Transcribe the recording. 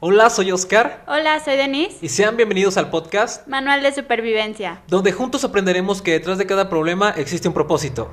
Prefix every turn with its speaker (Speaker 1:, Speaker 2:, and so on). Speaker 1: Hola, soy Oscar
Speaker 2: Hola, soy Denise.
Speaker 1: y sean bienvenidos al podcast
Speaker 2: Manual de supervivencia.
Speaker 1: donde juntos aprenderemos que detrás de cada problema existe un propósito.